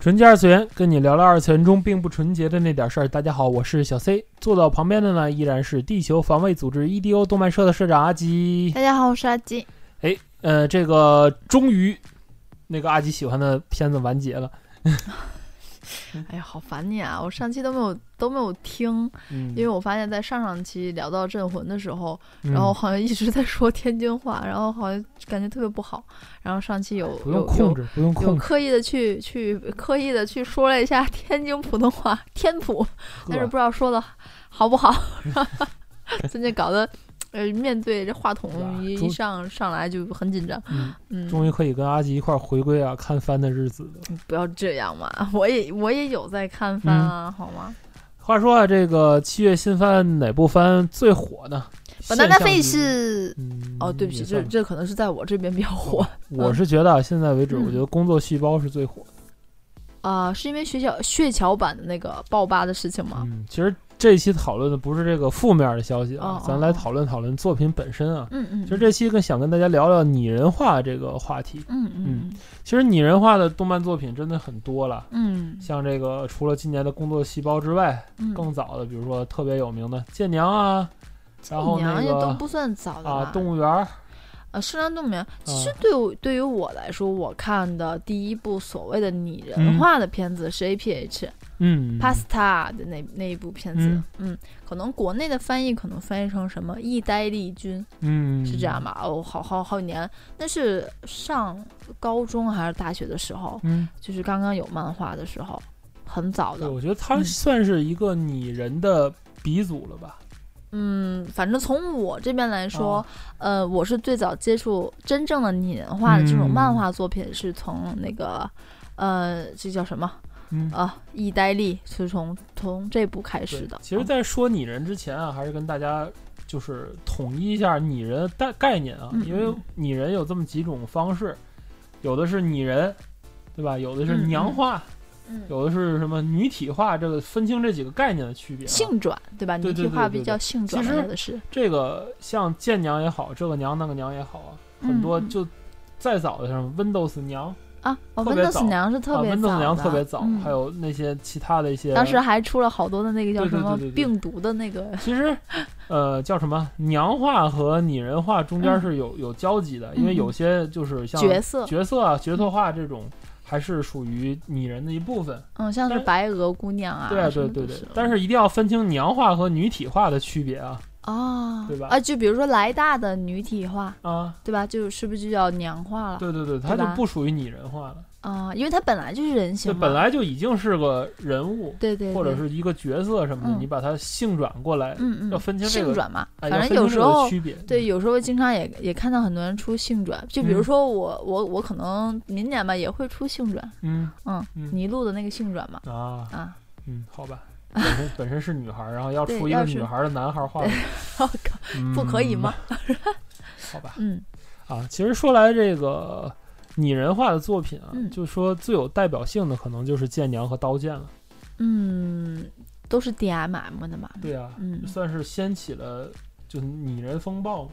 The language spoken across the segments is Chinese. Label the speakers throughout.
Speaker 1: 纯洁二次元，跟你聊聊二次元中并不纯洁的那点事儿。大家好，我是小 C，坐到我旁边的呢依然是地球防卫组织 EDO 动漫社的社长阿 吉。
Speaker 2: 大家好，我是阿吉。
Speaker 1: 哎，呃，这个终于，那个阿吉喜欢的片子完结了。
Speaker 2: 哎呀，好烦你啊！我上期都没有都没有听，
Speaker 1: 嗯
Speaker 2: 因为我发现，在上上期聊到《镇魂》的时候，
Speaker 1: 嗯
Speaker 2: 然后好像一直在说天津话，然后好像感觉特别不好。然后上期有
Speaker 1: 不用
Speaker 2: 有
Speaker 1: 控制，不用
Speaker 2: 有有
Speaker 1: 控制，
Speaker 2: 刻意的去去刻意的去说了一下天津普通话天普，但是不知道说的好不好。 最近搞得，呃，面对这话筒
Speaker 1: 哇
Speaker 2: 一
Speaker 1: 终
Speaker 2: 一上上来就很紧张。
Speaker 1: 嗯
Speaker 2: 嗯，
Speaker 1: 终于可以跟阿吉一块儿回归啊看番的日子了。
Speaker 2: 不要这样嘛！我也我也有在看番
Speaker 1: 嗯
Speaker 2: 啊，好吗？
Speaker 1: 话说啊，这个七月新番哪部番最火呢？
Speaker 2: 本南
Speaker 1: 现
Speaker 2: 大
Speaker 1: 象级
Speaker 2: 费是
Speaker 1: 嗯，
Speaker 2: 哦，对不起，
Speaker 1: 也算
Speaker 2: 这
Speaker 1: 吧
Speaker 2: 这嗯可能是在我这边比较火
Speaker 1: 我是觉得啊，现在为止，
Speaker 2: 嗯
Speaker 1: 我觉得工作细胞是最火的。
Speaker 2: 啊、是因为血小血小板的那个爆发的事情吗？
Speaker 1: 嗯，其实这一期讨论的不是这个负面的消息啊
Speaker 2: 哦，
Speaker 1: 咱来讨论讨论作品本身啊。
Speaker 2: 嗯嗯，
Speaker 1: 其实这期更想跟大家聊聊拟人化这个话题。
Speaker 2: 嗯嗯
Speaker 1: 其实拟人化的动漫作品真的很多了，
Speaker 2: 嗯
Speaker 1: 像这个除了今年的《工作细胞》之外，
Speaker 2: 嗯，
Speaker 1: 更早的，比如说特别有名的《剑娘》啊，然后那
Speaker 2: 娘也都
Speaker 1: 个
Speaker 2: 不算早的
Speaker 1: 啊
Speaker 2: 吧
Speaker 1: 动啊物园儿，
Speaker 2: 呃，《生长动物园》其实对我、对于我来说，我看的第一部所谓的拟人
Speaker 1: 嗯
Speaker 2: 化的片子是 A P H、
Speaker 1: 嗯，
Speaker 2: Pasta 的那那一部片子
Speaker 1: 嗯，
Speaker 2: 嗯，可能国内的翻译可能翻译成什么“一呆利君”，
Speaker 1: 嗯
Speaker 2: 是这样，吧？哦，好好好几年，那是上高中还是大学的时候，
Speaker 1: 嗯，
Speaker 2: 就是刚刚有漫画的时候，很早
Speaker 1: 对，
Speaker 2: 的。
Speaker 1: 我觉得它
Speaker 2: 嗯
Speaker 1: 算是一个拟人的鼻祖了吧。
Speaker 2: 嗯，反正从我这边来
Speaker 1: 哦
Speaker 2: 说，呃，我是最早接触真正的拟人化的这种
Speaker 1: 嗯
Speaker 2: 漫画作品，是从那个，呃，这叫什么
Speaker 1: 嗯，
Speaker 2: 啊？易呆利是从从这部开始的。
Speaker 1: 其实，
Speaker 2: 嗯
Speaker 1: 在说拟人之前啊，还是跟大家就是统一一下拟人的概概念啊，
Speaker 2: 嗯
Speaker 1: 因为拟人有这么几种方式，有的是拟人，对吧？有的是
Speaker 2: 嗯
Speaker 1: 娘化，
Speaker 2: 嗯，
Speaker 1: 有的是什么女体化，这个分清这几个概念的区别、啊。
Speaker 2: 性转对吧？拟
Speaker 1: 对对
Speaker 2: 体
Speaker 1: 对
Speaker 2: 化
Speaker 1: 对
Speaker 2: 比
Speaker 1: 对
Speaker 2: 较性转
Speaker 1: 其实
Speaker 2: 类的是，
Speaker 1: 这个像剑娘也好，这个娘那个娘也好啊，很多
Speaker 2: 嗯嗯
Speaker 1: 就再早的什么 Windows 娘
Speaker 2: 啊，哦
Speaker 1: 特别早
Speaker 2: ，Windows 娘是特
Speaker 1: 啊
Speaker 2: 别
Speaker 1: ，Windows 娘
Speaker 2: 的
Speaker 1: 特别早，
Speaker 2: 嗯
Speaker 1: 还有那些其他的一些，
Speaker 2: 当时还出了好多的那个叫
Speaker 1: 对
Speaker 2: 什
Speaker 1: 对
Speaker 2: 么
Speaker 1: 对对对
Speaker 2: 病毒的那个，
Speaker 1: 其实，呃，叫什么娘化和拟人化中间是有、有交集的，因为
Speaker 2: 嗯
Speaker 1: 有些就是像
Speaker 2: 角色
Speaker 1: 角色啊、角色化这种，还是属于拟人的一部分。
Speaker 2: 嗯，像是
Speaker 1: 但是
Speaker 2: 白鹅姑娘啊，
Speaker 1: 对啊，
Speaker 2: 什
Speaker 1: 对
Speaker 2: 么
Speaker 1: 对
Speaker 2: 都
Speaker 1: 对。但是一定要分清娘化和女体化的区别啊
Speaker 2: 哦，
Speaker 1: 对吧
Speaker 2: 啊，就比如说莱大的女体化，
Speaker 1: 啊！
Speaker 2: 对吧？就是不是就叫娘化了
Speaker 1: 对对对，它
Speaker 2: 啊对
Speaker 1: 就
Speaker 2: 吧
Speaker 1: 不属于拟人化了，
Speaker 2: 啊？因为它本来就是人
Speaker 1: 就
Speaker 2: 形嘛，
Speaker 1: 本来就已经是个人物
Speaker 2: 对对，对
Speaker 1: 或者是一个角色什么的，
Speaker 2: 嗯
Speaker 1: 你把它性转过来，
Speaker 2: 嗯嗯，
Speaker 1: 要分清这个
Speaker 2: 性转嘛，
Speaker 1: 哎
Speaker 2: 反
Speaker 1: 要
Speaker 2: 正
Speaker 1: 分
Speaker 2: 有
Speaker 1: 清
Speaker 2: 时
Speaker 1: 这个
Speaker 2: 候。
Speaker 1: 区别
Speaker 2: 对，有时候经常也也看到很多人出性转，就比如
Speaker 1: 嗯
Speaker 2: 说我、我我可能明年吧也会出性转，
Speaker 1: 嗯
Speaker 2: 嗯，
Speaker 1: 嗯
Speaker 2: 泥路的那个性转嘛，
Speaker 1: 啊
Speaker 2: 啊，
Speaker 1: 嗯，好吧，本身本身是女孩儿，然后要
Speaker 2: 对
Speaker 1: 出一个
Speaker 2: 要是
Speaker 1: 女孩儿的男孩儿画的，
Speaker 2: 我靠，不可以吗？
Speaker 1: 嗯好吧，
Speaker 2: 嗯
Speaker 1: 啊，其实说来这个拟人化的作品啊，
Speaker 2: 嗯
Speaker 1: 就说最有代表性的可能就是《剑娘》和《刀剑》了。
Speaker 2: 嗯，都是 DMM 的嘛，
Speaker 1: 对啊，
Speaker 2: 嗯
Speaker 1: 就算是掀起了就拟人风暴，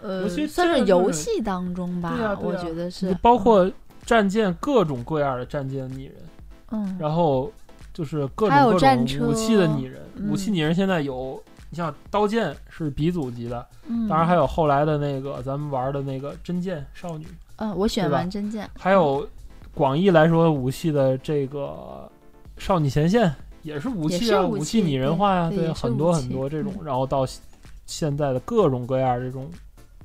Speaker 2: 呃
Speaker 1: 尤其，
Speaker 2: 算
Speaker 1: 这
Speaker 2: 是
Speaker 1: 个
Speaker 2: 游
Speaker 1: 就是
Speaker 2: 戏当中吧，
Speaker 1: 对啊对
Speaker 2: 我
Speaker 1: 啊
Speaker 2: 觉得。
Speaker 1: 就是包括战舰各种各样的战舰拟人，
Speaker 2: 嗯，
Speaker 1: 然后就是各
Speaker 2: 还有
Speaker 1: 种各
Speaker 2: 战
Speaker 1: 种
Speaker 2: 车
Speaker 1: 武器的拟人，
Speaker 2: 嗯
Speaker 1: 武器拟人现在有。你像刀剑是鼻祖级的，
Speaker 2: 嗯
Speaker 1: 当然还有后来的那个咱们玩的那个真剑少女，
Speaker 2: 嗯，我喜欢
Speaker 1: 对吧
Speaker 2: 玩真剑，
Speaker 1: 还有广义来说，武器的这个少女前线也是武器
Speaker 2: 也是
Speaker 1: 啊，
Speaker 2: 武器
Speaker 1: 武拟人化呀、
Speaker 2: 对对
Speaker 1: 对，
Speaker 2: 也是武器嗯
Speaker 1: 很多很多这种，然后到现在的各种各样这种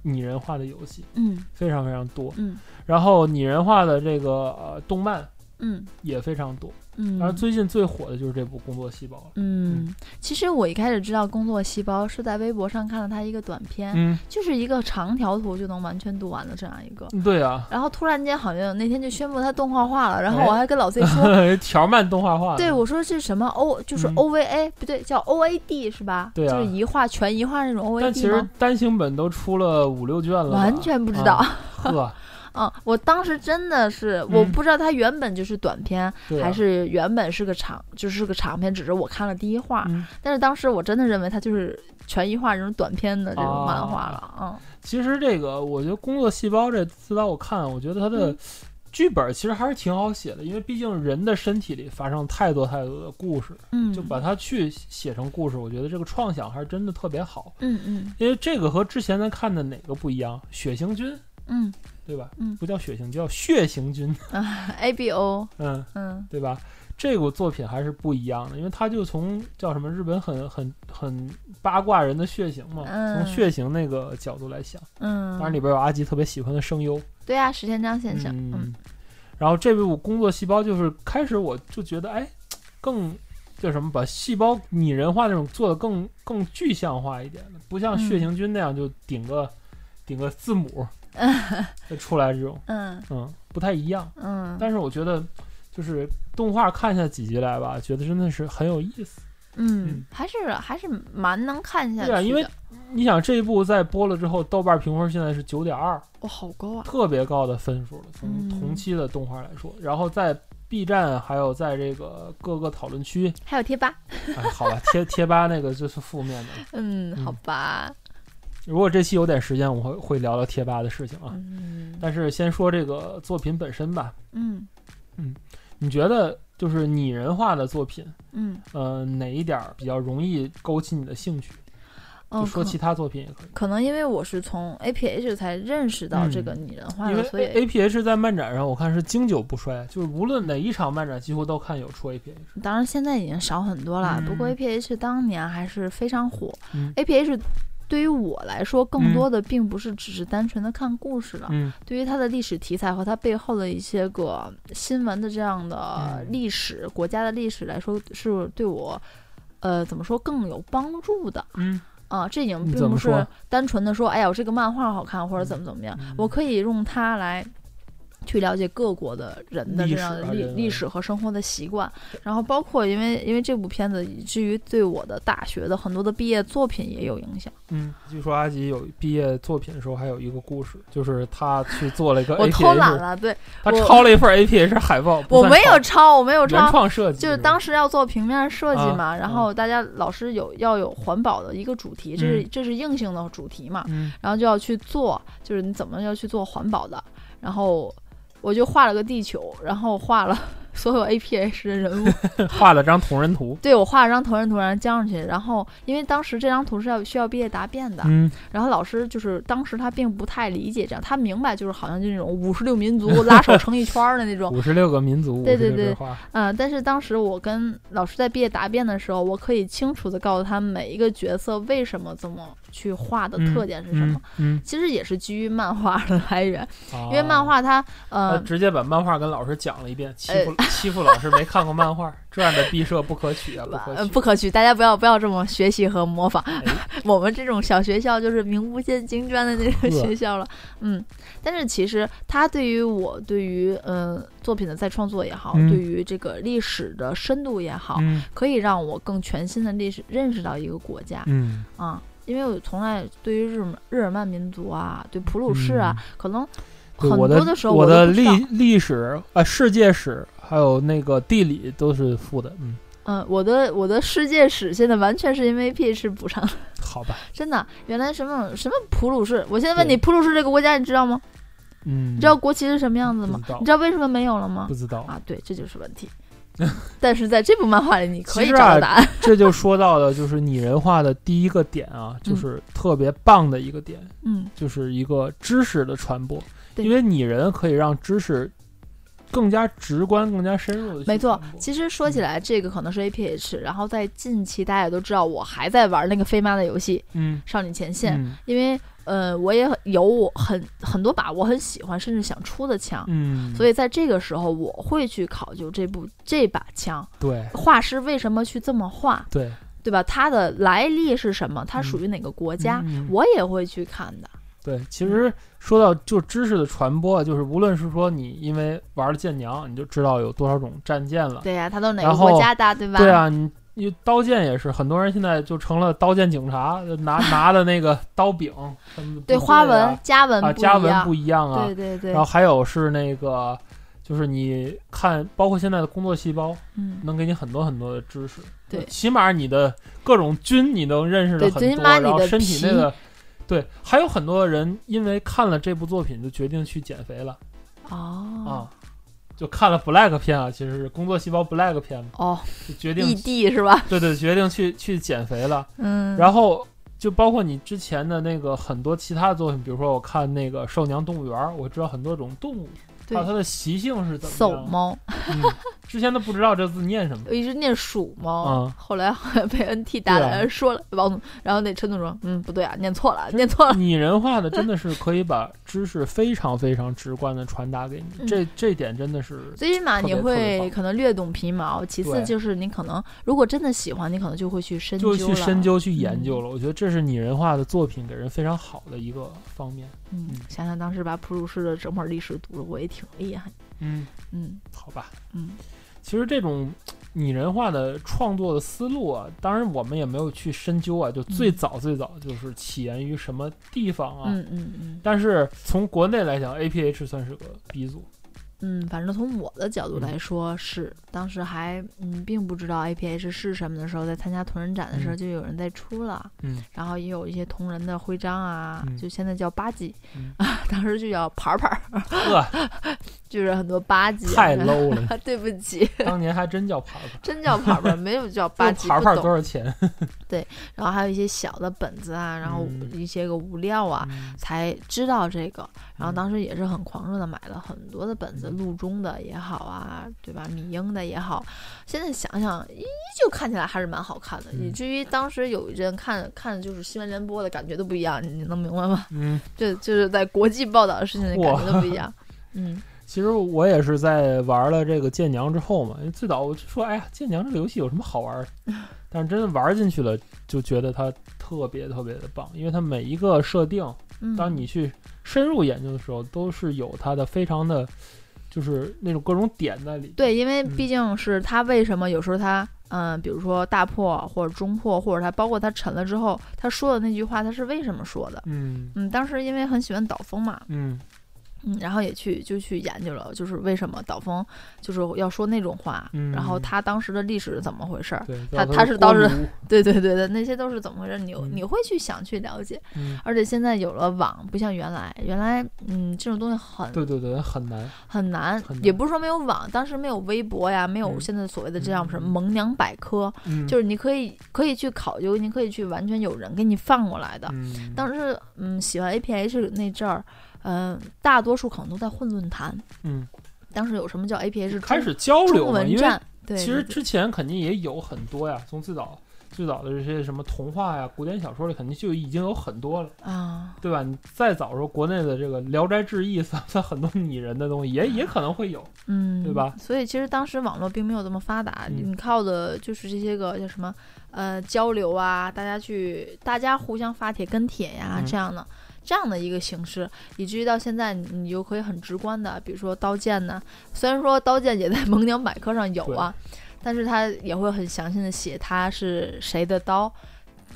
Speaker 1: 拟人化的游戏
Speaker 2: 嗯
Speaker 1: 非常非常多，
Speaker 2: 嗯
Speaker 1: 然后拟人化的这个呃动漫
Speaker 2: 嗯
Speaker 1: 也非常多。
Speaker 2: 嗯，
Speaker 1: 然后最近最火的就是这部《工作细胞》了。
Speaker 2: 嗯，其实我一开始知道工作细胞是在微博上看了它一个短片，
Speaker 1: 嗯，
Speaker 2: 就是一个长条图就能完全读完的这样一个。
Speaker 1: 对啊，
Speaker 2: 然后突然间好像那天就宣布它动画化了，然后
Speaker 1: 哎
Speaker 2: 我还跟老 C 说，
Speaker 1: 条漫动画化的。
Speaker 2: 对我说是什么 O，就是
Speaker 1: 嗯
Speaker 2: OVA、不对，叫 OAD 是吧？
Speaker 1: 对啊
Speaker 2: 就是一画全一画那种 OAD 吗？
Speaker 1: 但其实单行本都出了五六卷了吧，啊
Speaker 2: 完全不知道，
Speaker 1: 呵，
Speaker 2: 嗯，我当时真的是，我
Speaker 1: 嗯
Speaker 2: 不知道它原本就是短片，
Speaker 1: 对啊
Speaker 2: 还是原本是个长，就是个长片，只是我看了第一话，
Speaker 1: 嗯
Speaker 2: 但是当时我真的认为它就是全一画这种短片的这种漫画了，
Speaker 1: 其实这个，我觉得《工作细胞》这自导我看，我觉得它的
Speaker 2: 嗯
Speaker 1: 剧本其实还是挺好写的，因为毕竟人的身体里发生太多太多的故事，
Speaker 2: 嗯，
Speaker 1: 就把它去写成故事，我觉得这个创想还是真的特别好。
Speaker 2: 嗯嗯
Speaker 1: 因为这个和之前咱看的哪个不一样？血型菌，
Speaker 2: 嗯
Speaker 1: 对吧？
Speaker 2: 嗯
Speaker 1: 不叫血型，叫血型菌，
Speaker 2: ，A B O，
Speaker 1: 嗯，
Speaker 2: 嗯
Speaker 1: 对吧？这个作品还是不一样的，因为它就从叫什么日本很很很八卦人的血型嘛，
Speaker 2: 嗯
Speaker 1: 从血型那个角度来想，
Speaker 2: 嗯，
Speaker 1: 当然里边有阿吉特别喜欢的声优，
Speaker 2: 对啊，石田章先生，嗯
Speaker 1: 嗯，然后这部工作细胞就是开始我就觉得，哎，更叫什么，把细胞拟人化那种做的更更具象化一点了，不像血型菌那样就顶个、顶个字母就出来这种，
Speaker 2: 嗯
Speaker 1: 嗯，不太一样。
Speaker 2: 嗯
Speaker 1: 但是我觉得就是动画看下几集来吧，觉得真的是很有意思。
Speaker 2: 嗯，还是还是蛮能看下去
Speaker 1: 对啊，因为
Speaker 2: 的
Speaker 1: 你想这一部在播了之后，豆瓣评分现在是九点二，
Speaker 2: 哇，好高啊，
Speaker 1: 特别高的分数了，从
Speaker 2: 嗯
Speaker 1: 同期的动画来说。然后在 B 站还有在这个各个讨论区，
Speaker 2: 还有贴吧，
Speaker 1: 哎，好吧，贴 贴吧那个就是负面的。
Speaker 2: 嗯，
Speaker 1: 嗯
Speaker 2: 好吧，
Speaker 1: 如果这期有点时间，我会会聊聊贴吧的事情啊。
Speaker 2: 嗯
Speaker 1: 但是先说这个作品本身吧，
Speaker 2: 嗯
Speaker 1: 你觉得就是拟人化的作品，
Speaker 2: 嗯，
Speaker 1: 呃，哪一点儿比较容易勾起你的兴趣？
Speaker 2: 哦
Speaker 1: 就说
Speaker 2: 可
Speaker 1: 其他作品也可以。
Speaker 2: 可能因为我是从 APH 才认识到这个拟人化
Speaker 1: 嗯因
Speaker 2: 的，
Speaker 1: 为
Speaker 2: 啊所以
Speaker 1: A P H 在漫展上，我看是经久不衰，就是无论哪一场漫展，几乎都看有出 A P H。
Speaker 2: 当然现在已经少很多了。
Speaker 1: 嗯
Speaker 2: 不过 APH 当年还是非常火、
Speaker 1: 嗯
Speaker 2: a p h 对于我来说，更
Speaker 1: 嗯
Speaker 2: 多的并不是只是单纯的看故事了。
Speaker 1: 嗯
Speaker 2: 对于它的历史题材和它背后的一些个新闻的这样的
Speaker 1: 嗯
Speaker 2: 历史、国家的历史来说，是对我，呃，怎么说更有帮助的。
Speaker 1: 嗯，
Speaker 2: 啊，这已经
Speaker 1: 你
Speaker 2: 并
Speaker 1: 怎
Speaker 2: 不
Speaker 1: 么说
Speaker 2: 是单纯的说，哎呀，我这个漫画好看或者怎么怎么样，
Speaker 1: 嗯
Speaker 2: 我可以用它来去了解各国的人的
Speaker 1: 历
Speaker 2: 这
Speaker 1: 史
Speaker 2: 样的
Speaker 1: 啊
Speaker 2: 历
Speaker 1: 人
Speaker 2: 历
Speaker 1: 文
Speaker 2: 史和生活的习惯，然后包括因为因为这部片子，以至于对我的大学的很多的毕业作品也有影响。
Speaker 1: 嗯，据说阿吉有毕业作品的时候还有一个故事，就是他去做了一个
Speaker 2: 我
Speaker 1: 呃 A P
Speaker 2: 偷懒
Speaker 1: H，
Speaker 2: 了，对
Speaker 1: 他
Speaker 2: 我
Speaker 1: 抄了一份 A P H 海报，不
Speaker 2: 我
Speaker 1: 算
Speaker 2: 没
Speaker 1: 抄
Speaker 2: 有抄，我没有
Speaker 1: 原
Speaker 2: 抄。
Speaker 1: 创设计，
Speaker 2: 就是当时要做平面设计
Speaker 1: 啊
Speaker 2: 嘛，然
Speaker 1: 嗯
Speaker 2: 后大家老师有要有环保的一个主题，这是
Speaker 1: 嗯
Speaker 2: 这是硬性的主题嘛，
Speaker 1: 嗯
Speaker 2: 然后就要去做，就是你怎么要去做环保的。然后我就画了个地球，然后画了 所有 APH 的 人物，
Speaker 1: 画了张同人图，
Speaker 2: 对我画了张同人图，然后交上去。然后因为当时这张图是要需要毕业答辩的，
Speaker 1: 嗯，
Speaker 2: 然后老师就是当时他并不太理解这样，他明白就是好像就那种五十六民族拉手成一圈儿的那 种，
Speaker 1: 五十六个民族，五
Speaker 2: 对
Speaker 1: 十
Speaker 2: 对
Speaker 1: 六
Speaker 2: 对
Speaker 1: 句话，
Speaker 2: 嗯，但是当时我跟老师在毕业答辩的时候，我可以清楚的告诉他每一个角色为什么这么去画的
Speaker 1: 嗯
Speaker 2: 特点是什么。？
Speaker 1: 嗯，
Speaker 2: 其实也是基于漫画的来源，
Speaker 1: 因
Speaker 2: 因为漫。画呃它，
Speaker 1: 啊他
Speaker 2: 呃，
Speaker 1: 直接把漫画跟老师讲了一遍，欺负欺负老师没看过漫画，这样的毕设不可取啊，不可
Speaker 2: 呃
Speaker 1: 取。
Speaker 2: 不可取，大家不要不要这么学习和 模仿。
Speaker 1: 哎
Speaker 2: 我们这种小学校就是名不见经传的那种
Speaker 1: 呵
Speaker 2: 学校了，嗯。但是其实它对于我对于嗯、呃作品的再创作也好，
Speaker 1: 嗯
Speaker 2: 对于这个历史的深度也好，
Speaker 1: 嗯
Speaker 2: 可以让我更全新的历史认识到一个国家
Speaker 1: 嗯，
Speaker 2: 啊。因为我从来对于日耳日耳曼民族啊，对普鲁士啊，可能
Speaker 1: 嗯对
Speaker 2: 很
Speaker 1: 我
Speaker 2: 多
Speaker 1: 的
Speaker 2: 时候
Speaker 1: 我
Speaker 2: 我都
Speaker 1: 的
Speaker 2: 不知
Speaker 1: 历
Speaker 2: 道
Speaker 1: 历史啊、世界史还有那个地理都是负的，嗯，
Speaker 2: 嗯，我的我的世界史现在完全是因为 P 是补上的，
Speaker 1: 好吧，
Speaker 2: 真的。原来什么什么普鲁士，我现在问你，
Speaker 1: 对
Speaker 2: 普鲁士这个国家你知道吗？
Speaker 1: 嗯，
Speaker 2: 你知道国旗是什么样子吗
Speaker 1: 不？知道
Speaker 2: 你知道为什么没有了吗
Speaker 1: 不？知道，
Speaker 2: 啊，对，这就是问题。 但是在这部漫画里， 你可以
Speaker 1: 其实
Speaker 2: 找到
Speaker 1: 啊
Speaker 2: 答案。
Speaker 1: 这就说到了就是拟人化的第一个点啊，就是特别棒的一个点，
Speaker 2: 嗯
Speaker 1: 就是一个知识的传播，
Speaker 2: 对
Speaker 1: 因为拟人可以让知识更加直观、更加深入的。
Speaker 2: 没错，其实说起来，这个可能是 APH，然后在近期大家也都知道，我还在玩那个飞妈的游戏
Speaker 1: 嗯，
Speaker 2: 《少女前线》，
Speaker 1: 嗯
Speaker 2: 因为呃，我也很有我很很多把我很喜欢，甚至想出的枪，
Speaker 1: 嗯，
Speaker 2: 所
Speaker 1: 以
Speaker 2: 以在这个时候我会去考究这部这把枪
Speaker 1: 对
Speaker 2: 画师为什么去这么画，
Speaker 1: 对，
Speaker 2: 对吧？它的来历是什么？它
Speaker 1: 嗯
Speaker 2: 属于哪个国家？
Speaker 1: 嗯
Speaker 2: 我也会去看的。
Speaker 1: 对，其实说到就知识的传播，啊就是无论是说你因为玩了舰娘，你就知道有多少种战舰了。
Speaker 2: 对呀、它都是哪
Speaker 1: 啊然
Speaker 2: 个
Speaker 1: 后
Speaker 2: 国家的，对吧？
Speaker 1: 对啊，你你刀剑也是，很多人现在就成了刀剑警察，就 拿拿的那个刀柄什么的部队
Speaker 2: 对
Speaker 1: 啊，
Speaker 2: 花纹、家纹
Speaker 1: 啊，
Speaker 2: 不一样，
Speaker 1: 家纹不一样啊。
Speaker 2: 对对对
Speaker 1: 然后，还有是那个，就是你看，包括现在的工作细胞，
Speaker 2: 嗯，
Speaker 1: 能给你很多很多的知识。
Speaker 2: 对
Speaker 1: 起码你的各种菌你都认识的
Speaker 2: 对
Speaker 1: 很
Speaker 2: 最起
Speaker 1: 多，
Speaker 2: 码你
Speaker 1: 然后
Speaker 2: 的
Speaker 1: 身体
Speaker 2: 皮
Speaker 1: 那个，对，还有很多人因为看了这部作品就决定去减肥了
Speaker 2: 哦
Speaker 1: 啊。就看了 Black 片啊，其实是工作细胞 Black 片嘛，
Speaker 2: 哦，
Speaker 1: 就决定
Speaker 2: 异地是吧？
Speaker 1: 对对，决定去去减肥了。
Speaker 2: 嗯，
Speaker 1: 然后就包括你之前的那个很多其他的作品，比如说我看那个《兽娘动物园》，我知道很多种动物，还
Speaker 2: 对
Speaker 1: 有它的习性是怎么
Speaker 2: 叟
Speaker 1: 样的。
Speaker 2: 猫，
Speaker 1: 嗯，之前都不知道这字念 什么。
Speaker 2: 我一直念鼠猫，
Speaker 1: 嗯
Speaker 2: 后来好像被 NT 打
Speaker 1: 对
Speaker 2: 脸、
Speaker 1: 啊
Speaker 2: 人说了，王总，然后那陈总说，嗯，不对啊，念错了，念错了，
Speaker 1: 拟人化的真的是可以把知识非常非常直观的传达给你，
Speaker 2: 嗯
Speaker 1: 这这点真的是
Speaker 2: 最起码
Speaker 1: 特别
Speaker 2: 你
Speaker 1: 特别
Speaker 2: 会
Speaker 1: 棒
Speaker 2: 可能略懂皮毛，其次
Speaker 1: 对
Speaker 2: 就是你可能如果真的喜欢，你可能就会去深究
Speaker 1: 就
Speaker 2: 了，嗯
Speaker 1: 去深究去研究了。我觉得这是拟人化的作品给人非常好的一个方面。
Speaker 2: 嗯，
Speaker 1: 嗯
Speaker 2: 想想当时把普鲁士的整本历史读了，我也挺厉害，
Speaker 1: 嗯，
Speaker 2: 嗯
Speaker 1: 好吧，
Speaker 2: 嗯，
Speaker 1: 其实这种拟人化的创作的思路啊，当然我们也没有去深究啊，就最早最早就是起源于什么地方啊。
Speaker 2: 嗯嗯嗯
Speaker 1: 但是从国内来讲，APH 算是个鼻 祖，
Speaker 2: 嗯，反正从我的角度来说
Speaker 1: 嗯
Speaker 2: 是，当时还嗯并不知道 APH 是什么的时候，在参加同人展的时候
Speaker 1: 嗯
Speaker 2: 就有人在出了，
Speaker 1: 嗯，
Speaker 2: 然后也有一些同人的徽章啊，
Speaker 1: 嗯
Speaker 2: 就现在叫八级、
Speaker 1: 嗯
Speaker 2: 啊， 当时就叫牌儿牌儿，
Speaker 1: 呵，
Speaker 2: 就是很多八级、啊
Speaker 1: 太 low 了，
Speaker 2: 对不起，
Speaker 1: 当年还真叫牌牌，
Speaker 2: 真叫牌儿牌儿，没有 叫八
Speaker 1: 这
Speaker 2: 级，
Speaker 1: 牌牌
Speaker 2: 不
Speaker 1: 多
Speaker 2: 懂。
Speaker 1: 少钱？
Speaker 2: 然后还有一些小的本子啊，然后
Speaker 1: 嗯
Speaker 2: 一些个物料啊，
Speaker 1: 嗯
Speaker 2: 才知道这个，然后
Speaker 1: 嗯
Speaker 2: 当时也是很狂热的买了很多的本子，
Speaker 1: 嗯
Speaker 2: 陆中的也好啊，对吧？米英的也好，现在想想依旧看起来还是蛮好看的，
Speaker 1: 嗯
Speaker 2: 以至于当时有一阵看看就是新闻联播的感觉都不一样，你能明白吗？
Speaker 1: 嗯，
Speaker 2: 这就是在国际报道的事情的感觉都不一样。嗯，
Speaker 1: 其实我也是在玩了这个《剑娘》之后嘛，因为最早我就说，哎呀，《剑娘》这个游戏有什么好玩 儿的？但是真的玩进去了，就觉得它特别特别的棒，因为它每一个设定，
Speaker 2: 嗯
Speaker 1: 当你去深入研究的时候，都是有它的非常的，就是那种各种点在里。，
Speaker 2: 对，因为
Speaker 1: 嗯
Speaker 2: 毕竟是他为什么有时候他。嗯，比如说大破或者中破，或者他包括他沉了之后，他说的那句话，他是为什么说的？
Speaker 1: 嗯
Speaker 2: 嗯，当时因为很喜欢岛风嘛，
Speaker 1: 嗯
Speaker 2: 嗯，然后也去就去研究了，就是为什么岛风就是要说那种话，
Speaker 1: 嗯
Speaker 2: 然后他当时的历史是怎么回事儿？
Speaker 1: 对，
Speaker 2: 它
Speaker 1: 叫
Speaker 2: 它是当时
Speaker 1: 锅炉
Speaker 2: 对对对对，那些都是怎么回事儿？你
Speaker 1: 嗯
Speaker 2: 你会去想去了解，
Speaker 1: 嗯，
Speaker 2: 而且现在有了网，不像原来，原来嗯这种东西很
Speaker 1: 对对对，很难。
Speaker 2: 很难
Speaker 1: 很，
Speaker 2: 也
Speaker 1: 难
Speaker 2: 不是说没有网，当时没有微博呀，没有
Speaker 1: 嗯
Speaker 2: 现在所谓的这样什么
Speaker 1: 嗯
Speaker 2: 萌娘百科，
Speaker 1: 嗯，
Speaker 2: 就是是你可以可以去考究，你可以去完全有人给你放过来的。
Speaker 1: 嗯，
Speaker 2: 当时嗯喜欢 APH 那阵儿，嗯、大多数可能都在混论坛。
Speaker 1: 嗯
Speaker 2: 当时有什么叫 APH
Speaker 1: 开
Speaker 2: 中
Speaker 1: 始交流
Speaker 2: 中
Speaker 1: 嘛，
Speaker 2: 文
Speaker 1: 因为
Speaker 2: 站，对，
Speaker 1: 其
Speaker 2: 对
Speaker 1: 实
Speaker 2: 对
Speaker 1: 之前肯定也有很多呀，从最早最早的这些什么童话呀、古典小说里，肯定就已经有很多了，
Speaker 2: 啊，
Speaker 1: 对吧？你再早时候，国内的这个《聊斋志异》 算不算很多拟人的东西，也也可能会有。
Speaker 2: 嗯，
Speaker 1: 对吧？
Speaker 2: 所以其实当时网络并没有这么发达，
Speaker 1: 嗯
Speaker 2: 你靠的就是这些个叫什么呃交流啊，大家去大家互相发帖跟帖呀、
Speaker 1: 嗯
Speaker 2: 这样的。这样的一个形式，以至于到现在，你你就可以很直观的，比如说《刀剑》呢，虽然说《刀剑》也在萌娘百科上有啊，但是它也会很详细的写它是谁的刀，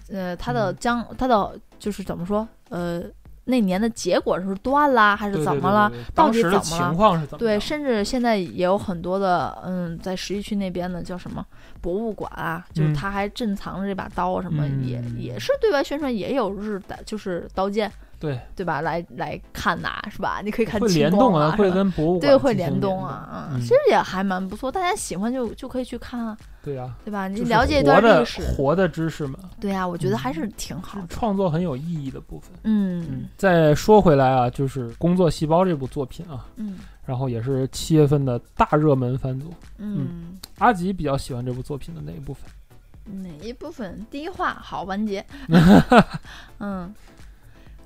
Speaker 2: 呃，它的
Speaker 1: 嗯
Speaker 2: 将、它的就是怎么说，呃，那年的结果是断啦，还
Speaker 1: 对
Speaker 2: 是
Speaker 1: 对
Speaker 2: 怎
Speaker 1: 对
Speaker 2: 么了？
Speaker 1: 对对对
Speaker 2: 到
Speaker 1: 当
Speaker 2: 底
Speaker 1: 时的
Speaker 2: 怎么了
Speaker 1: 情况是怎么
Speaker 2: 对，
Speaker 1: 样？
Speaker 2: 甚至现在也有很多的，嗯，在十一区那边的叫什么博物馆啊，就是
Speaker 1: 嗯
Speaker 2: 他还珍藏着这把刀啊，什么、也
Speaker 1: 嗯
Speaker 2: 也是对外宣传，也有日的，就是刀剑，
Speaker 1: 对
Speaker 2: 对吧？来来看呐、是吧？你可以看
Speaker 1: 会
Speaker 2: 青
Speaker 1: 联
Speaker 2: 光
Speaker 1: 动
Speaker 2: 啊，是
Speaker 1: 会
Speaker 2: 吧
Speaker 1: 跟博物馆
Speaker 2: 对会
Speaker 1: 进行
Speaker 2: 联
Speaker 1: 联
Speaker 2: 动啊，嗯，
Speaker 1: 嗯
Speaker 2: 其实也还蛮不错，大家喜欢就就可以去看啊，
Speaker 1: 对呀、
Speaker 2: 对吧？你
Speaker 1: 就是
Speaker 2: 了解一
Speaker 1: 活
Speaker 2: 段
Speaker 1: 的
Speaker 2: 历史，
Speaker 1: 活嗯的知识嘛，
Speaker 2: 对啊，我觉得还是挺好
Speaker 1: 是
Speaker 2: 的。
Speaker 1: 创作很有意义的部分。
Speaker 2: 嗯
Speaker 1: 再说回来啊，就是《工作细胞》这部作品啊，
Speaker 2: 嗯
Speaker 1: 然后也是七月份的大热门番组。
Speaker 2: 嗯，
Speaker 1: 阿吉比较喜欢这部作品的哪一部分？
Speaker 2: 哪一部分？第一话好完 结。嗯，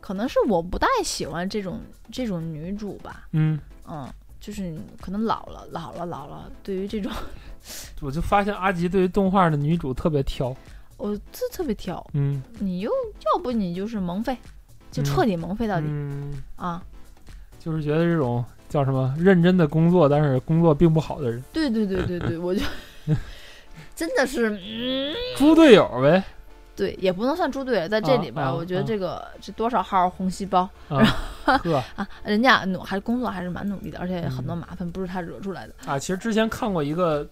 Speaker 2: 可能是我不太喜欢这种这种女主吧。
Speaker 1: 嗯，
Speaker 2: 嗯，就是可能老了老了老了，对于这种
Speaker 1: 我就发现阿吉对于动画的女主特别挑。
Speaker 2: 我特特别挑。
Speaker 1: 嗯，
Speaker 2: 你又要不你就是萌废，就
Speaker 1: 嗯
Speaker 2: 彻底萌废到底、
Speaker 1: 嗯，
Speaker 2: 啊！
Speaker 1: 就是觉得这种叫什么认真的工作，但是工作并不好的人，
Speaker 2: 对对对对对，我就真的是嗯。
Speaker 1: 猪队友呗。
Speaker 2: 对，也不能算猪队友，在这
Speaker 1: 啊
Speaker 2: 里边儿，
Speaker 1: 啊
Speaker 2: 我觉得
Speaker 1: 啊
Speaker 2: 这个、这多少号红细胞
Speaker 1: 呵
Speaker 2: 啊，人家努还工作还是蛮努力的，而且很多
Speaker 1: 嗯
Speaker 2: 麻烦不是他惹出来的。
Speaker 1: 啊，其实之前看过一个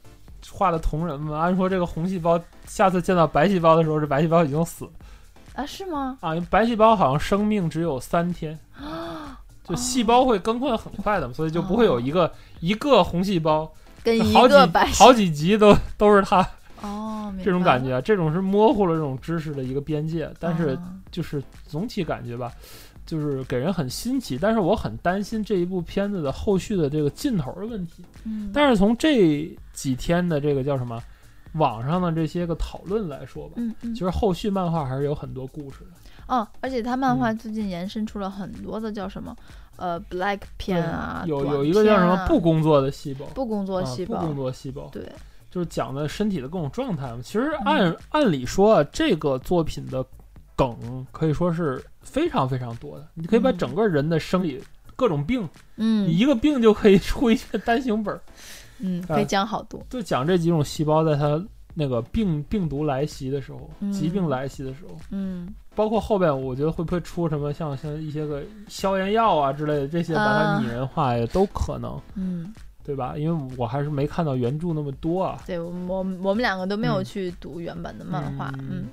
Speaker 1: 画的同人嘛，按说这个红细胞下次见到白细胞的时候，这白细胞已经死了
Speaker 2: 啊，是吗？
Speaker 1: 啊，因为白细胞好像生命只有三 天，就细胞会更换很快的嘛，所以就不会有一个一个红细胞
Speaker 2: 跟哦一
Speaker 1: 好几
Speaker 2: 个白
Speaker 1: 好几集都都是它
Speaker 2: 哦，明白
Speaker 1: 这种感
Speaker 2: 了，
Speaker 1: 觉，啊这种是模糊了这种知识的一个边界，但是
Speaker 2: 啊
Speaker 1: 就是总体感觉吧。就是给人很新奇，但是我很担心这一部片子的后续的这个劲头的问题。
Speaker 2: 嗯，
Speaker 1: 但是从这几天的这个叫什么，网上的这些个讨论来说吧，
Speaker 2: 嗯嗯
Speaker 1: 其实后续漫画还是有很多故事的。
Speaker 2: 哦，而且他漫画
Speaker 1: 嗯
Speaker 2: 最近延伸出了很多的叫什么呃 black 片啊，
Speaker 1: 有
Speaker 2: 短
Speaker 1: 有一个叫什
Speaker 2: 片
Speaker 1: 么
Speaker 2: 啊
Speaker 1: 不工作的细胞，
Speaker 2: 不工作细
Speaker 1: 啊、不
Speaker 2: 胞
Speaker 1: 工，作细胞，
Speaker 2: 对，嗯
Speaker 1: 就是讲的身体的各种状态嘛。其实按、按理说啊，这个作品的梗可以说是非常非常多的，你可以把
Speaker 2: 嗯
Speaker 1: 整个人的生理。各种病，你
Speaker 2: 嗯
Speaker 1: 一个病就可以 出一个单行本儿，
Speaker 2: 嗯，
Speaker 1: 啊
Speaker 2: 可以讲好多，
Speaker 1: 就讲这几种细胞在它那个病病毒来袭的时候，疾病
Speaker 2: 嗯
Speaker 1: 来袭的时候，
Speaker 2: 嗯，
Speaker 1: 包括后边，我觉得会不会出什么像像一些个消炎药啊之类的，这些把它
Speaker 2: 啊
Speaker 1: 拟人化也都可能，
Speaker 2: 嗯，
Speaker 1: 对吧？因为我还是没看到原著那么多啊，
Speaker 2: 对我们我们我们两个都没有
Speaker 1: 嗯
Speaker 2: 去读原本的漫画，嗯
Speaker 1: 嗯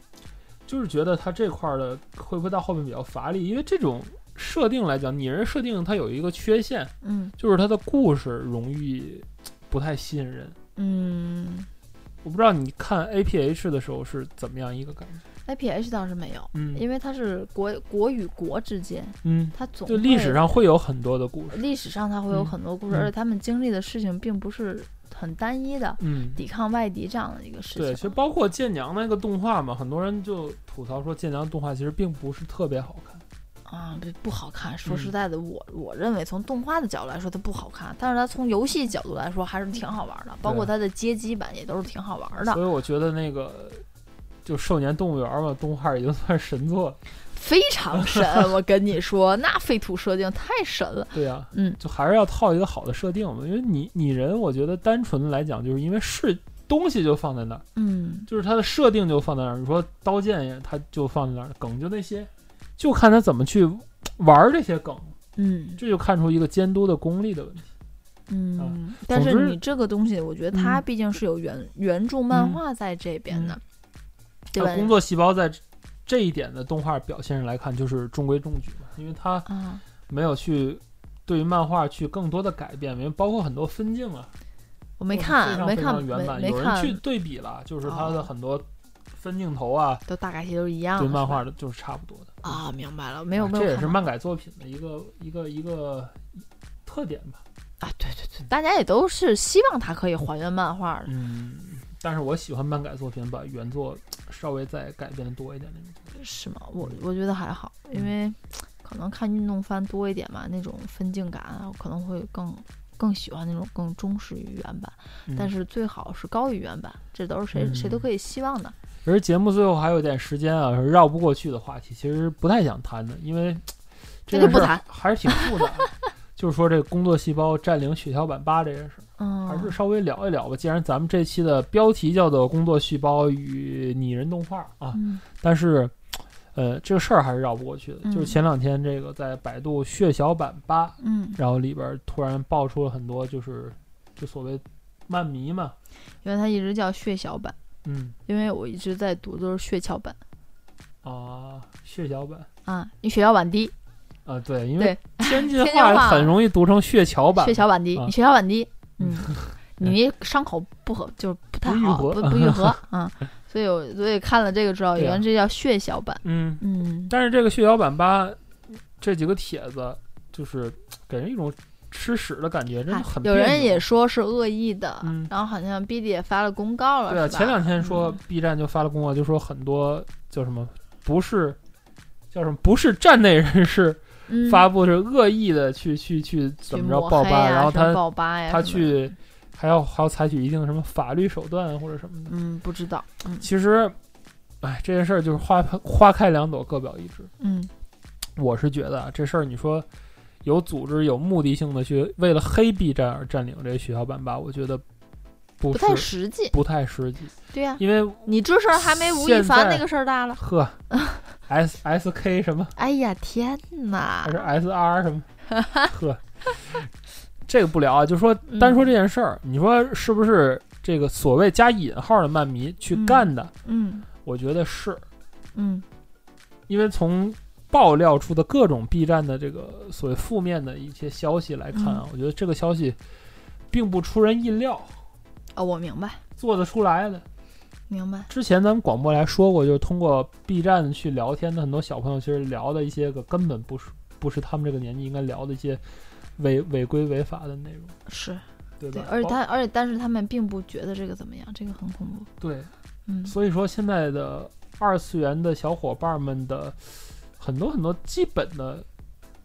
Speaker 1: 就是觉得它这块儿的会不会到后面比较乏力？因为这种设定来讲，拟人设定它有一个缺陷，
Speaker 2: 嗯
Speaker 1: 就是它的故事容易不太吸引人。
Speaker 2: 嗯
Speaker 1: 我不知道你看 A P H 的时候是怎么样一个感觉？
Speaker 2: ，IPH 倒是没有，
Speaker 1: 嗯
Speaker 2: 因为它是国国与国之间，
Speaker 1: 嗯，
Speaker 2: 它总
Speaker 1: 就历史
Speaker 2: 会呃
Speaker 1: 上会有很多的故事。
Speaker 2: 历史上它会有
Speaker 1: 嗯
Speaker 2: 很多故事，
Speaker 1: 嗯
Speaker 2: 而且他们经历的事情并不是很单一的，
Speaker 1: 嗯，
Speaker 2: 抵抗外敌这样的一个事情。
Speaker 1: 对，其实包括剑娘那个动画嘛，很多人就吐槽说剑娘动画其实并不是特别好看。
Speaker 2: 啊，不不好看。说
Speaker 1: 嗯
Speaker 2: 实在的，我我认为从动画的角度来说它不好看，但是它从游戏角度来说还是挺好玩的，包括它的街机版也都是挺好玩的。
Speaker 1: 所以我觉得那个就《少年动物园》嘛，动画已经算是神作了。
Speaker 2: 非常神，我跟你说，那废土设定太神了。
Speaker 1: 对呀、
Speaker 2: 嗯
Speaker 1: 就还是要套一个好的设定嘛，因为拟拟人，我觉得单纯来讲，就是因为是东西就放在那儿，
Speaker 2: 嗯
Speaker 1: 就是它的设定就放在那儿。你说刀剑，它就放在那儿，梗就那些，就看他怎么去玩儿这些梗，
Speaker 2: 嗯
Speaker 1: 这就看出一个监督的功力的问题。
Speaker 2: 嗯
Speaker 1: 啊，
Speaker 2: 但是
Speaker 1: 总之
Speaker 2: 你这个东西，我觉得它
Speaker 1: 嗯
Speaker 2: 毕竟是有原、原著漫
Speaker 1: 嗯
Speaker 2: 画在这边的，对吧
Speaker 1: 那？工作细胞在这这一点的动画表现上来看，就是中规中矩嘛，因为它
Speaker 2: 啊，
Speaker 1: 没有去对于漫画去更多的改变，因为包括很多分镜啊，
Speaker 2: 我没看，
Speaker 1: 都是
Speaker 2: 没
Speaker 1: 非常
Speaker 2: 看，
Speaker 1: 非常原版，
Speaker 2: 没没
Speaker 1: 有人去
Speaker 2: 看，
Speaker 1: 对比了，就是它
Speaker 2: 哦
Speaker 1: 的很多分镜头啊，
Speaker 2: 都大概其都是一样的。
Speaker 1: 对漫
Speaker 2: 是吧
Speaker 1: 画的就是差不多的。
Speaker 2: 啊，明白了，没有没有
Speaker 1: 这也
Speaker 2: 看
Speaker 1: 是
Speaker 2: 到
Speaker 1: 漫改作品的一个一个一个特点吧。
Speaker 2: 啊，对对对，大家也都是希望它可以还原漫画的，
Speaker 1: 嗯，但是我喜欢漫改作品把原作稍微再改变的多一点那种。
Speaker 2: 是吗？我我觉得还好，
Speaker 1: 嗯
Speaker 2: 因为可能看运动番多一点吧，那种分镜感啊，我可能会更更喜欢那种更忠实于原版，
Speaker 1: 嗯
Speaker 2: 但是最好是高于原版，这都是谁、谁都
Speaker 1: 嗯
Speaker 2: 可以希望的。
Speaker 1: 而节目最后还有一点时间啊，是绕不过去的话题，其实不太想谈的，因为这
Speaker 2: 那就
Speaker 1: 个
Speaker 2: 不
Speaker 1: 事儿
Speaker 2: 谈
Speaker 1: 还是挺复杂的。就是说，这个工作细胞占领血小板八这件事儿，
Speaker 2: 嗯，
Speaker 1: 还是稍微聊一聊吧。既然咱们这期的标题叫做《工作细胞与拟人动画》啊，
Speaker 2: 嗯
Speaker 1: 但是，呃，这个事儿还是绕不过去的。
Speaker 2: 嗯
Speaker 1: 就是前两天这个在百度血小板八，
Speaker 2: 嗯，
Speaker 1: 然后里边儿突然爆出了很多，就是就所谓漫迷嘛，
Speaker 2: 因为它一直叫血小板，
Speaker 1: 嗯
Speaker 2: 因为我一直在读都是血小板
Speaker 1: 啊，血小板。
Speaker 2: 啊，你血小板低，
Speaker 1: 啊，对，因
Speaker 2: 对
Speaker 1: 为天津
Speaker 2: 天津
Speaker 1: 话
Speaker 2: 话
Speaker 1: 很容易读成血桥板，
Speaker 2: 血小板低，
Speaker 1: 啊
Speaker 2: 你血小板低，嗯， 你伤口不合就是不太
Speaker 1: 不愈
Speaker 2: 好，
Speaker 1: 合
Speaker 2: 不不愈合 啊、所以我所以看了这个之后，
Speaker 1: 对啊
Speaker 2: 原来这叫血小板，
Speaker 1: 嗯，
Speaker 2: 嗯，
Speaker 1: 但是这个血小板吧，这几个帖子就是给人一种吃屎的感觉，真的
Speaker 2: 哎
Speaker 1: 很别
Speaker 2: 有
Speaker 1: 扭。啊
Speaker 2: 人也说是恶意的，
Speaker 1: 嗯
Speaker 2: 然后好像 B 弟也发了公告了，
Speaker 1: 对啊，
Speaker 2: 是吧
Speaker 1: 前两天说
Speaker 2: 嗯
Speaker 1: B 站就发了公告，就说很多叫什么不是叫什么不是站内人士
Speaker 2: 嗯
Speaker 1: 发布是恶意的去去去
Speaker 2: 去
Speaker 1: 怎么着
Speaker 2: 抹
Speaker 1: 爆
Speaker 2: 黑
Speaker 1: 吧，
Speaker 2: 呀
Speaker 1: 然后
Speaker 2: 什么
Speaker 1: 他
Speaker 2: 爆吧呀，
Speaker 1: 他
Speaker 2: 什么的
Speaker 1: 去还要还要采取一定什么法律手段或者什么的。
Speaker 2: 嗯不知道，嗯
Speaker 1: 其实，哎，这件事儿就是花花开两朵，各表一枝。
Speaker 2: 嗯
Speaker 1: 我是觉得啊，这事儿你说有组织、有目的性的去为了黑 B 站而占领这个血小板吧，我觉得不
Speaker 2: 不
Speaker 1: 是
Speaker 2: 太实际，
Speaker 1: 不太实际，
Speaker 2: 对呀、
Speaker 1: 因为
Speaker 2: 你这事儿还没吴亦
Speaker 1: 现
Speaker 2: 凡
Speaker 1: 在
Speaker 2: 那个事儿大了，
Speaker 1: 呵，S S K 什么
Speaker 2: 哎呀天哪
Speaker 1: 还是，S 哎 R 什么， 呵，这个不聊啊，就说
Speaker 2: 嗯
Speaker 1: 单说这件事儿，你说是不是这个所谓加引号的漫迷去
Speaker 2: 嗯
Speaker 1: 干的？
Speaker 2: 嗯
Speaker 1: 我觉得是，
Speaker 2: 嗯
Speaker 1: 因为从爆料出的各种 B 站的这个所谓负面的一些消息来看
Speaker 2: 嗯
Speaker 1: 啊，我觉得这个消息并不出人意料，
Speaker 2: 哦我明白
Speaker 1: 做得出来的。
Speaker 2: 明白，
Speaker 1: 之前咱们广播来说过，就是通过 B 站去聊天的很多小朋友，其实聊的一些个根本不是不是他们这个年纪应该聊的一些违违规违法的内容，
Speaker 2: 是
Speaker 1: 对吧
Speaker 2: 对，？而且
Speaker 1: 包
Speaker 2: 他而且但是他们并不觉得这个怎么样，这个很恐怖，
Speaker 1: 对，
Speaker 2: 嗯
Speaker 1: 所以说现在的二次元的小伙伴们的很多很多基本的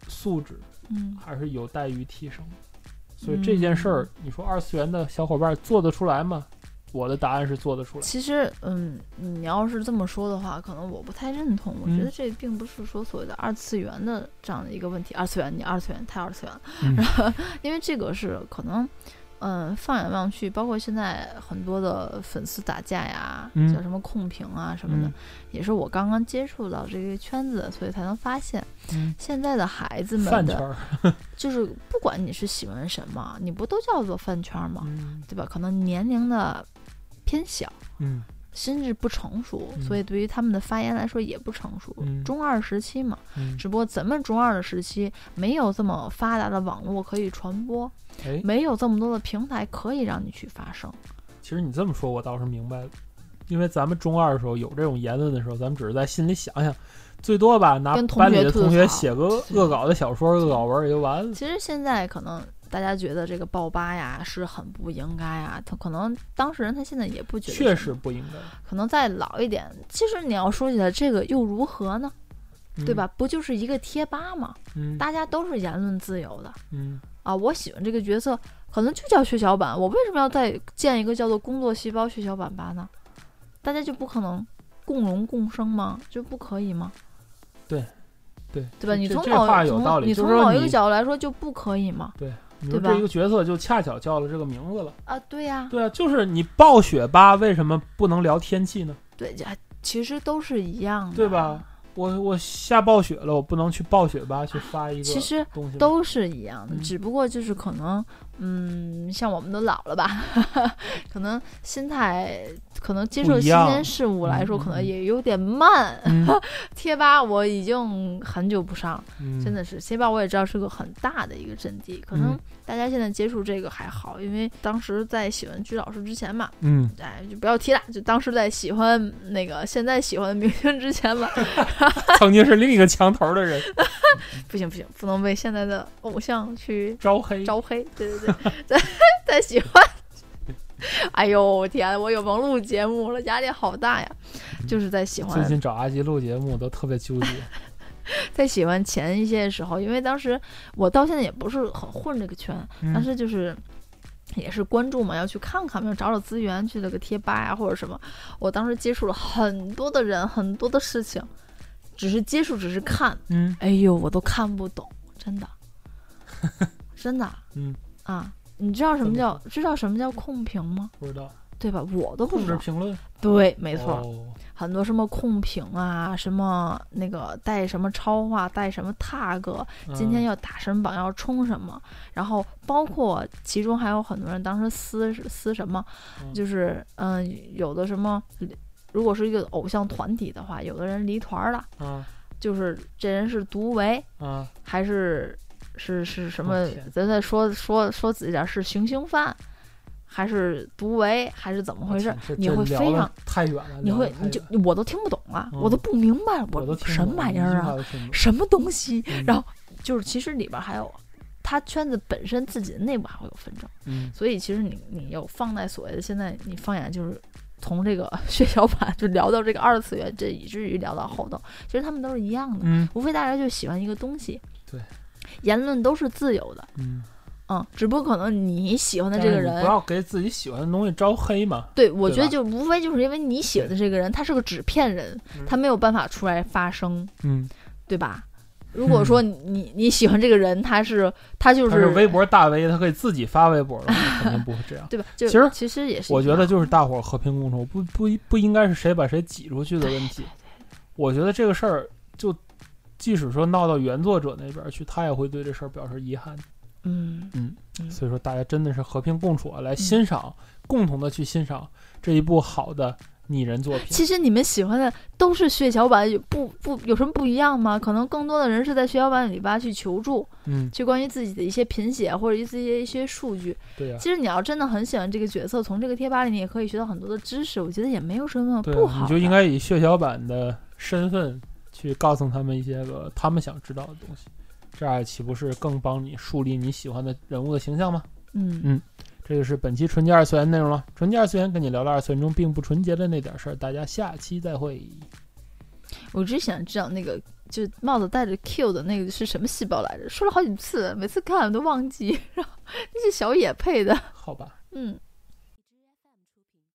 Speaker 1: 素质
Speaker 2: 嗯
Speaker 1: 还是有待于提升的。所以这件事儿，你说二次元的小伙伴做得出来吗？我的答案是做得出来。
Speaker 2: 其实，嗯，你要是这么说的话，可能我不太认同。我
Speaker 1: 嗯
Speaker 2: 觉得这并不是说所谓的二次元的这样的一个问题。二次元，你二次元太二次元了，
Speaker 1: 嗯
Speaker 2: 因为这个是可能，嗯，放眼望去，包括现在很多的粉丝打架呀，
Speaker 1: 嗯
Speaker 2: 叫什么控评啊什么的，
Speaker 1: 嗯
Speaker 2: 也是我刚刚接触到这个圈子，所以才能发现
Speaker 1: 嗯
Speaker 2: 现在的孩子们
Speaker 1: 饭圈
Speaker 2: 的，
Speaker 1: 儿，
Speaker 2: 就是不管你是喜欢什么，你不都叫做饭圈吗？
Speaker 1: 嗯
Speaker 2: 对吧？可能年龄的偏小。
Speaker 1: 嗯
Speaker 2: 心智不成熟，
Speaker 1: 嗯
Speaker 2: 所以对于他们的发言来说也不成熟。
Speaker 1: 嗯
Speaker 2: 中二时期嘛，
Speaker 1: 嗯，
Speaker 2: 只不过咱们中二的时期没有这么发达的网络可以传播，
Speaker 1: 哎，
Speaker 2: 没有这么多的平台可以让你去发声。
Speaker 1: 其实你这么说，我倒是明白了，因为咱们中二的时候有这种言论的时候，咱们只是在心里想想，最多吧拿
Speaker 2: 跟同
Speaker 1: 班里
Speaker 2: 学
Speaker 1: 的
Speaker 2: 吐
Speaker 1: 同学
Speaker 2: 槽
Speaker 1: 写个恶搞的小说、恶搞文儿也就完了。
Speaker 2: 其实现在可能大家觉得这个爆吧呀是很不应该啊，他可能当事人他现在也不觉得，啊
Speaker 1: 确实，不应该，
Speaker 2: 可能再老一点，其实你要说起来这个又如何呢？对吧？？不就是一个贴吧嘛，
Speaker 1: 嗯
Speaker 2: 大家都是言论自由的。
Speaker 1: 嗯
Speaker 2: 啊，我喜欢这个角色，可能就叫血小板。我为什么要再建一个叫做工作细胞血小板吧呢？大家就不可能共荣共生吗？就不可以吗？
Speaker 1: 对
Speaker 2: 对吧？
Speaker 1: 这
Speaker 2: 你
Speaker 1: 这
Speaker 2: 从
Speaker 1: 这
Speaker 2: 某
Speaker 1: 话有道
Speaker 2: 从
Speaker 1: 理，
Speaker 2: 你
Speaker 1: 就
Speaker 2: 从
Speaker 1: 是说
Speaker 2: 某一
Speaker 1: 你
Speaker 2: 个角度来说就不可以吗？
Speaker 1: 你说
Speaker 2: 对吧
Speaker 1: 这一个角色就恰巧叫了这个名字了。
Speaker 2: 啊，对呀、
Speaker 1: 对啊，就是你暴雪吧，为什么不能聊天气呢？
Speaker 2: 对，这其实都是一样的，
Speaker 1: 对吧？我我下暴雪了，我不能去暴雪吧去发一个
Speaker 2: 其实
Speaker 1: 东西吗，
Speaker 2: 都是一样的，
Speaker 1: 嗯
Speaker 2: 只不过就是可能，嗯，像我们都老了吧， 可能心态，可能接
Speaker 1: 不
Speaker 2: 受
Speaker 1: 一
Speaker 2: 新
Speaker 1: 样
Speaker 2: 鲜事物来
Speaker 1: 嗯
Speaker 2: 说，可能
Speaker 1: 嗯
Speaker 2: 也有点慢。
Speaker 1: 嗯
Speaker 2: 贴吧我已经很久不上了，
Speaker 1: 嗯
Speaker 2: 真的是贴吧我也知道是个很大的一个阵地，可能
Speaker 1: 嗯
Speaker 2: 大家现在接触这个还好，因为当时在喜欢鞠老师之前嘛，
Speaker 1: 嗯，
Speaker 2: 哎就不要提了，就当时在喜欢那个现在喜欢的明星之 前吧，
Speaker 1: 曾经是另一个墙头的人
Speaker 2: 不行不行，不能为现在的偶像去
Speaker 1: 招黑，
Speaker 2: 招 黑，对对对， 在在喜欢。哎呦我天！我有忙录节目了，压力好大呀。就是在喜欢
Speaker 1: 嗯最近找阿吉录节目都特别纠结，
Speaker 2: 在喜欢前一些时候，因为当时我到现在也不是很混这个圈， 但
Speaker 1: 嗯
Speaker 2: 是就是也是关注嘛，要去看看，要找找资源，去那个贴吧呀、或者什么。我当时接触了很多的人，很多的事情，只是接触，只是看，
Speaker 1: 嗯
Speaker 2: 哎呦，我都看不懂，真 的，真的，
Speaker 1: 嗯
Speaker 2: 啊，你知道什么
Speaker 1: 怎么
Speaker 2: 叫知道什么叫控评吗？
Speaker 1: 不知道
Speaker 2: 对吧？我都不
Speaker 1: 控
Speaker 2: 知
Speaker 1: 制
Speaker 2: 道。
Speaker 1: 评论，
Speaker 2: 对，没错，
Speaker 1: 哦
Speaker 2: 很多什么控评啊，什么那个带什么超话，带什么 tag，今天
Speaker 1: 嗯
Speaker 2: 要打什么榜，要冲什么，然后包括其中还有很多人当时撕撕什么，
Speaker 1: 嗯
Speaker 2: 就是嗯、有的什么，如果是一个偶像团体的话，有的人离团儿了，
Speaker 1: 啊
Speaker 2: 就是这人是独唯
Speaker 1: 啊
Speaker 2: 还是是是什么
Speaker 1: 我天？
Speaker 2: 咱再说说说仔细点儿，是行星犯。还是毒唯，还是怎么回事
Speaker 1: 这？嗯啊这
Speaker 2: 你会
Speaker 1: 聊
Speaker 2: 非
Speaker 1: 得
Speaker 2: 常，
Speaker 1: 太远了，
Speaker 2: 你
Speaker 1: 聊得
Speaker 2: 会
Speaker 1: 太
Speaker 2: 你就
Speaker 1: 远
Speaker 2: 我都听不懂啊，
Speaker 1: 嗯
Speaker 2: 我都不明白，
Speaker 1: 我都听不
Speaker 2: 什么
Speaker 1: 懂
Speaker 2: 玩意
Speaker 1: 一句
Speaker 2: 儿
Speaker 1: 话
Speaker 2: 啊，
Speaker 1: 都听不懂
Speaker 2: 什么东西？
Speaker 1: 嗯
Speaker 2: 然后就是其实里边还有。他圈子本身自己的内部还会有纷争，
Speaker 1: 嗯
Speaker 2: 所以其实你你有放在所谓的现在，你放眼就是从这个 血小板就聊到这个二次元，这以至于聊到后头，其实他们都是一样的，
Speaker 1: 嗯
Speaker 2: 无非大家就喜欢一个东西，
Speaker 1: 对，
Speaker 2: 言论都是自由的，
Speaker 1: 嗯，
Speaker 2: 嗯，只不过可能你喜欢的
Speaker 1: 但
Speaker 2: 这
Speaker 1: 是
Speaker 2: 个
Speaker 1: 你嗯
Speaker 2: 人
Speaker 1: 不，要给自己喜欢的东西招黑嘛，
Speaker 2: 对我
Speaker 1: 对
Speaker 2: 觉得
Speaker 1: 吧
Speaker 2: 就无非就是因为你喜欢的这个人，他是个纸片人，他没有办法出来发声，
Speaker 1: 嗯，
Speaker 2: 对吧？如果说你你喜欢这个人，他是他就
Speaker 1: 他是微博大 V，他可以自己发微博了，那肯定不会这
Speaker 2: 。
Speaker 1: 样
Speaker 2: 对吧？就
Speaker 1: 其实
Speaker 2: 其实也是一啊
Speaker 1: 我
Speaker 2: 样，
Speaker 1: 觉得就是大伙儿和平共处，不不不应该是谁把谁挤出去的问题。我觉得这个事儿就，即使说闹到原作者那边儿去，他也会对这事儿表示遗憾。
Speaker 2: 嗯
Speaker 1: 所以说，大家真的是和平共处啊，来欣赏，共同的去欣赏这一部好的拟人作品。
Speaker 2: 其实你们喜欢的都是血小板，有不不有什么不一样吗？可能更多的人是在血小板里吧去求助，
Speaker 1: 嗯，
Speaker 2: 去关于自己的一些贫血或者自己的一些数据。
Speaker 1: 对呀、
Speaker 2: 其实你要真的很喜欢这个角色，从这个贴吧里你也可以学到很多的知识，我觉得也没有什么
Speaker 1: 对
Speaker 2: 不
Speaker 1: 啊、
Speaker 2: 好的。
Speaker 1: 你就应该以血小板的身份去告诉他们一些个他们想知道的东西，这样岂不是更帮你树立你喜欢的人物的形象吗？
Speaker 2: 嗯
Speaker 1: 嗯这就是本期纯洁二次元内容了。纯洁二次元跟你聊聊二次元中并不纯洁的那点事儿，大家下期再会。
Speaker 2: 我只想知道那个就是帽子戴着 Q 的那个是什么细胞 来着，说了好几次，每次看都忘记。然后那是小野配的，
Speaker 1: 好吧，
Speaker 2: 嗯。